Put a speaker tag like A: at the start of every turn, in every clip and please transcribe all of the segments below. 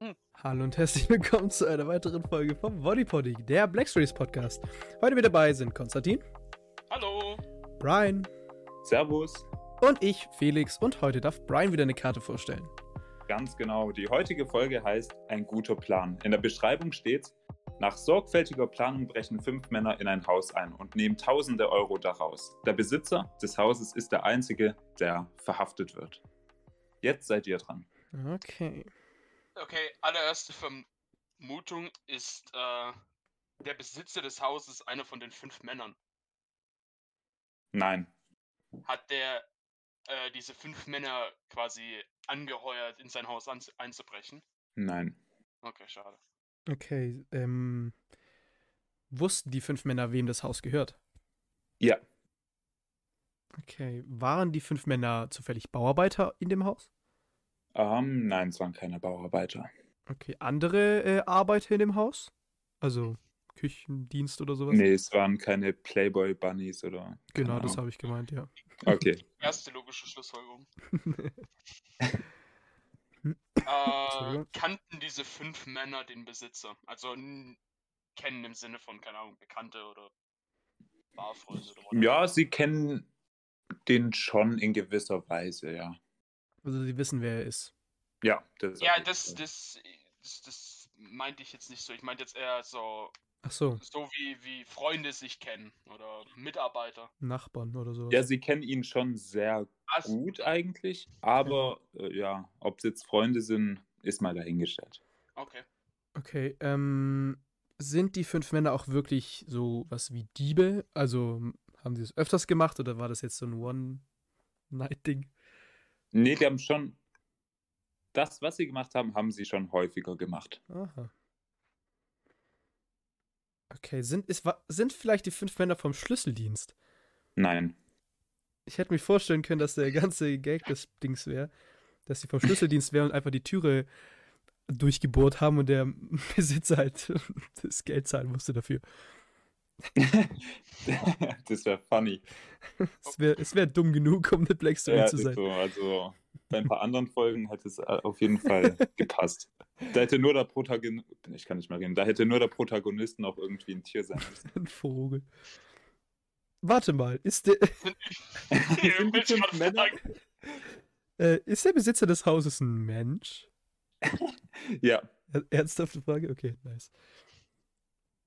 A: Hm. Hallo und herzlich willkommen zu einer weiteren Folge vom Bodypoddy, der Black Stories Podcast. Heute mit dabei sind Konstantin,
B: Hallo.
A: Brian
B: Servus.
A: und ich, Felix. Und heute darf Brian wieder eine Karte vorstellen.
B: Ganz genau. Die heutige Folge heißt Ein guter Plan. In der Beschreibung steht, nach sorgfältiger Planung brechen fünf Männer in ein Haus ein und nehmen tausende Euro daraus. Der Besitzer des Hauses ist der Einzige, der verhaftet wird. Jetzt seid ihr dran.
A: Okay.
C: Okay, allererste Vermutung ist äh, der Besitzer des Hauses einer von den fünf Männern.
B: Nein,
C: Hat der äh, diese fünf Männer quasi angeheuert, in sein Haus anz- einzubrechen?
B: nein,
C: Okay, schade.
A: Okay, ähm. Wussten die fünf Männer, wem das Haus gehört?
B: Ja.
A: Okay. Waren die fünf Männer zufällig Bauarbeiter in dem Haus?
B: ähm, nein, es waren keine Bauarbeiter.
A: Okay. Andere äh, Arbeiter in dem Haus? Also Küchendienst oder sowas?
B: Nee, es waren keine Playboy-Bunnies oder.
A: Genau,
B: keine
A: das
B: Ahnung.
A: habe ich gemeint, ja.
B: Okay,
C: Erste logische Schlussfolgerung. äh,
A: Entschuldigung.
C: kannten diese fünf Männer den Besitzer? Also n- kennen im Sinne von, keine Ahnung, Bekannte oder Barfreunde oder whatever.
B: ja, sie kennen den schon in gewisser Weise, ja.
A: Also sie wissen, wer er ist.
B: Ja, das auf
C: Ja,
B: jeden
C: das,
B: Fall.
C: das, das, das meinte ich jetzt nicht so. Ich meinte jetzt eher so,
A: Ach so,
C: so wie, wie Freunde sich kennen oder Mitarbeiter.
A: Nachbarn oder sowas.
B: Ja, sie kennen ihn schon sehr
C: Was?
B: gut eigentlich, aber äh, ja, ob es jetzt Freunde sind, ist mal dahingestellt.
C: Okay.
A: Okay, ähm, sind die fünf Männer auch wirklich so was wie Diebe? Also m- haben sie es öfters gemacht oder war das jetzt so ein One-Night-Ding?
B: Nee, die haben schon. Das, was sie gemacht haben, haben sie schon häufiger gemacht.
A: Aha. Okay, sind, ist, wa- sind vielleicht die fünf Männer vom Schlüsseldienst?
B: Nein.
A: Ich hätte mir vorstellen können, dass der ganze Gag des Dings wäre, dass sie vom Schlüsseldienst wären und einfach die Türe durchgebohrt haben und der Besitzer halt das Geld zahlen musste dafür.
B: das wäre funny.
A: Es wäre es wär dumm genug, um eine Black Story
B: Ja,
A: zu
B: ist
A: sein.
B: so, also bei ein paar anderen Folgen hätte es äh, auf jeden Fall gepasst. Da hätte nur der Protagonist, ich kann nicht mehr reden, da hätte nur der Protagonist noch irgendwie ein Tier sein müssen.
A: Ein Vogel. Warte mal, ist der,
C: Ich
B: Sind die
C: will's
B: fünf
C: grad
B: Männer?
C: sagen.
A: äh, ist der Besitzer des Hauses ein Mensch?
B: Ja,
A: Er- Ernsthafte Frage? Okay, nice.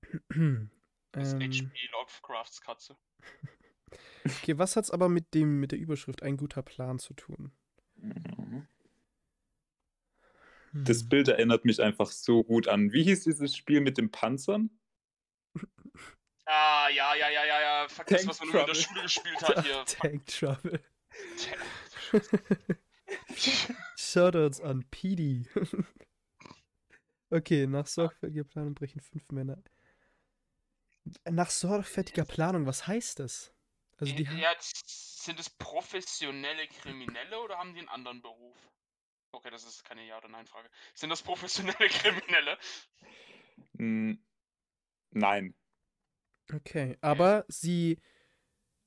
C: Das ist
A: ähm,
C: HP Lovecrafts Katze.
A: okay, was hat's aber mit dem mit der Überschrift ein guter Plan zu tun?
B: das
A: Hm.
B: Bild erinnert mich einfach so gut an. Wie hieß dieses Spiel mit den Panzern?
C: Ah, ja, ja, ja, ja, ja. Fuck das,
B: Tank
C: was man nur in der
B: Trouble.
C: Schule gespielt hat hier.
A: Tank Trouble.
C: Fuck.
A: Shoutouts an Pidi. okay, nach sorgfältiger Planung brechen fünf Männer. Nach sorgfältiger Planung, was heißt das? Also die ha-
C: Äh, ja, das- sind es professionelle Kriminelle oder haben die einen anderen Beruf? Okay, das ist keine Ja- oder Nein-Frage. Sind das professionelle Kriminelle?
B: Mm, Nein.
A: Okay, aber sie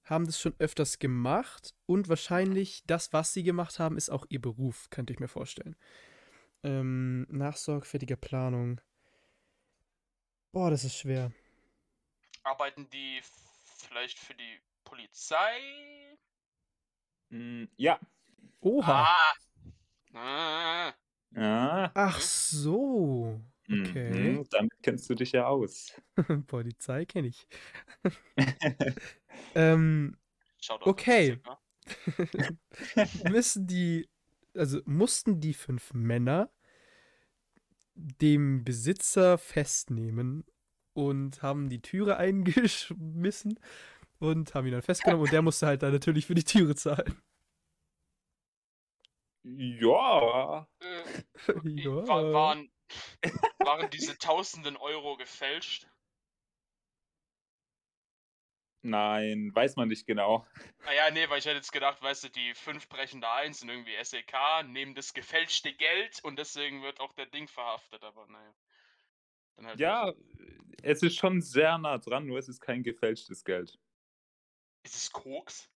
A: haben das schon öfters gemacht und wahrscheinlich das, was sie gemacht haben, ist auch ihr Beruf, könnte ich mir vorstellen. Ähm, nach sorgfältiger Planung. Boah, das ist schwer.
C: Arbeiten die vielleicht für die Polizei?
B: Mm, Ja.
A: Oha.
C: Ah. Ah.
B: Ah.
A: Ach so.
B: mm,
A: Okay.
B: mm, Damit kennst du dich ja aus.
A: Polizei kenne ich. ähm,
C: Shoutout an
A: Okay.
C: Jessica.
A: müssen die, also mussten die fünf Männer dem Besitzer festnehmen und haben die Türe eingeschmissen und haben ihn dann festgenommen und der musste halt dann natürlich für die Türe zahlen.
B: Ja.
C: Äh,
A: ja.
C: war, waren, waren diese tausenden Euro gefälscht?
B: Nein, weiß man nicht genau.
C: Naja, Ah nee, weil ich hätte jetzt gedacht, weißt du, die fünf brechen da eins und irgendwie SEK nehmen das gefälschte Geld und deswegen wird auch der Ding verhaftet, aber naja. Dann halt nicht.
B: Ja, es ist schon sehr nah dran, nur es ist kein gefälschtes Geld.
C: Ist es Koks?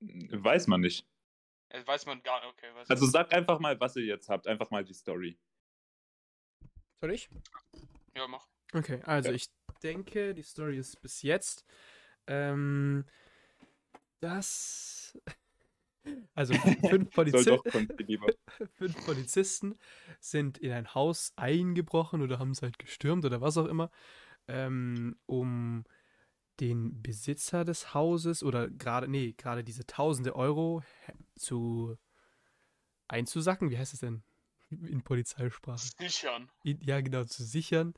B: Weiß man nicht.
C: Äh, Weiß man gar nicht, okay. Weiß
B: Also sag einfach mal, was ihr jetzt habt. Einfach mal die Story.
A: Soll ich?
C: Ja, mach.
A: Okay, also
B: Ja.
A: ich denke, die Story ist bis jetzt, ähm, dass. Also fünf,
B: Soll
A: Polizi
B: doch Konsti lieber.
A: fünf Polizisten sind in ein Haus eingebrochen oder haben es halt gestürmt oder was auch immer, ähm, um den Besitzer des Hauses oder gerade, nee, gerade diese tausende Euro he- zu einzusacken. Wie heißt es denn in Polizeisprache?
C: Sichern.
A: ihn- ja genau zu sichern.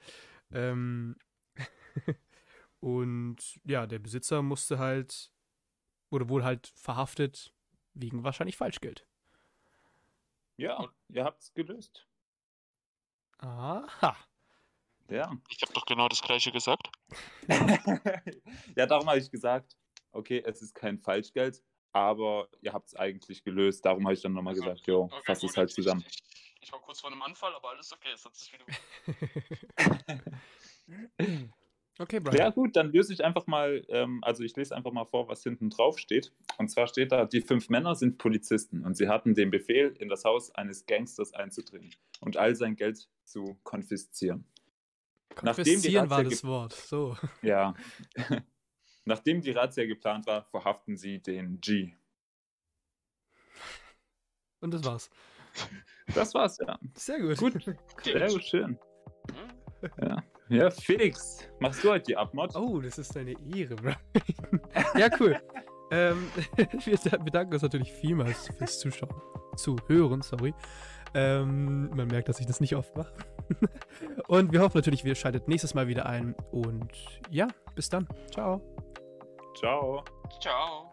A: Ähm, und ja, der Besitzer musste halt, wurde wohl halt verhaftet wegen wahrscheinlich Falschgeld.
B: Ja, ihr habt's gelöst.
A: Aha.
B: Ja.
C: Ich habe doch genau das gleiche gesagt.
B: ja, darum habe ich gesagt, okay, es ist kein Falschgeld, aber ihr habt es eigentlich gelöst. Darum habe ich dann nochmal
C: Also,
B: gesagt, jo, fass es halt zusammen.
C: Ich, ich war kurz vor einem Anfall, aber alles okay. Es hat sich wieder.
A: okay, Brian.
B: Ja gut, dann löse ich einfach mal, ähm, also ich lese einfach mal vor, was hinten drauf steht. Und zwar steht da, die fünf Männer sind Polizisten und sie hatten den Befehl, in das Haus eines Gangsters einzudringen und all sein Geld zu konfiszieren. nachdem die
A: Konfiszieren war
B: Razzia
A: das Wort. So.
B: Ja. Nachdem die Razzia geplant war, verhaften sie den G.
A: Und das war's.
B: Das war's, ja.
A: Sehr gut.
B: Gut. Sehr gut, schön.
C: Hm?
B: Ja, Felix, machst du heute die Abmod?
A: Oh, das ist eine Ehre, Brian. ja, cool. ähm, wir da- bedanken uns natürlich vielmals fürs Zuschauen. Zuhören, sorry. Ähm, man merkt, dass ich das nicht oft mache. und wir hoffen natürlich, ihr schaltet nächstes Mal wieder ein. Und ja, bis dann. Ciao.
B: Ciao.
C: Ciao.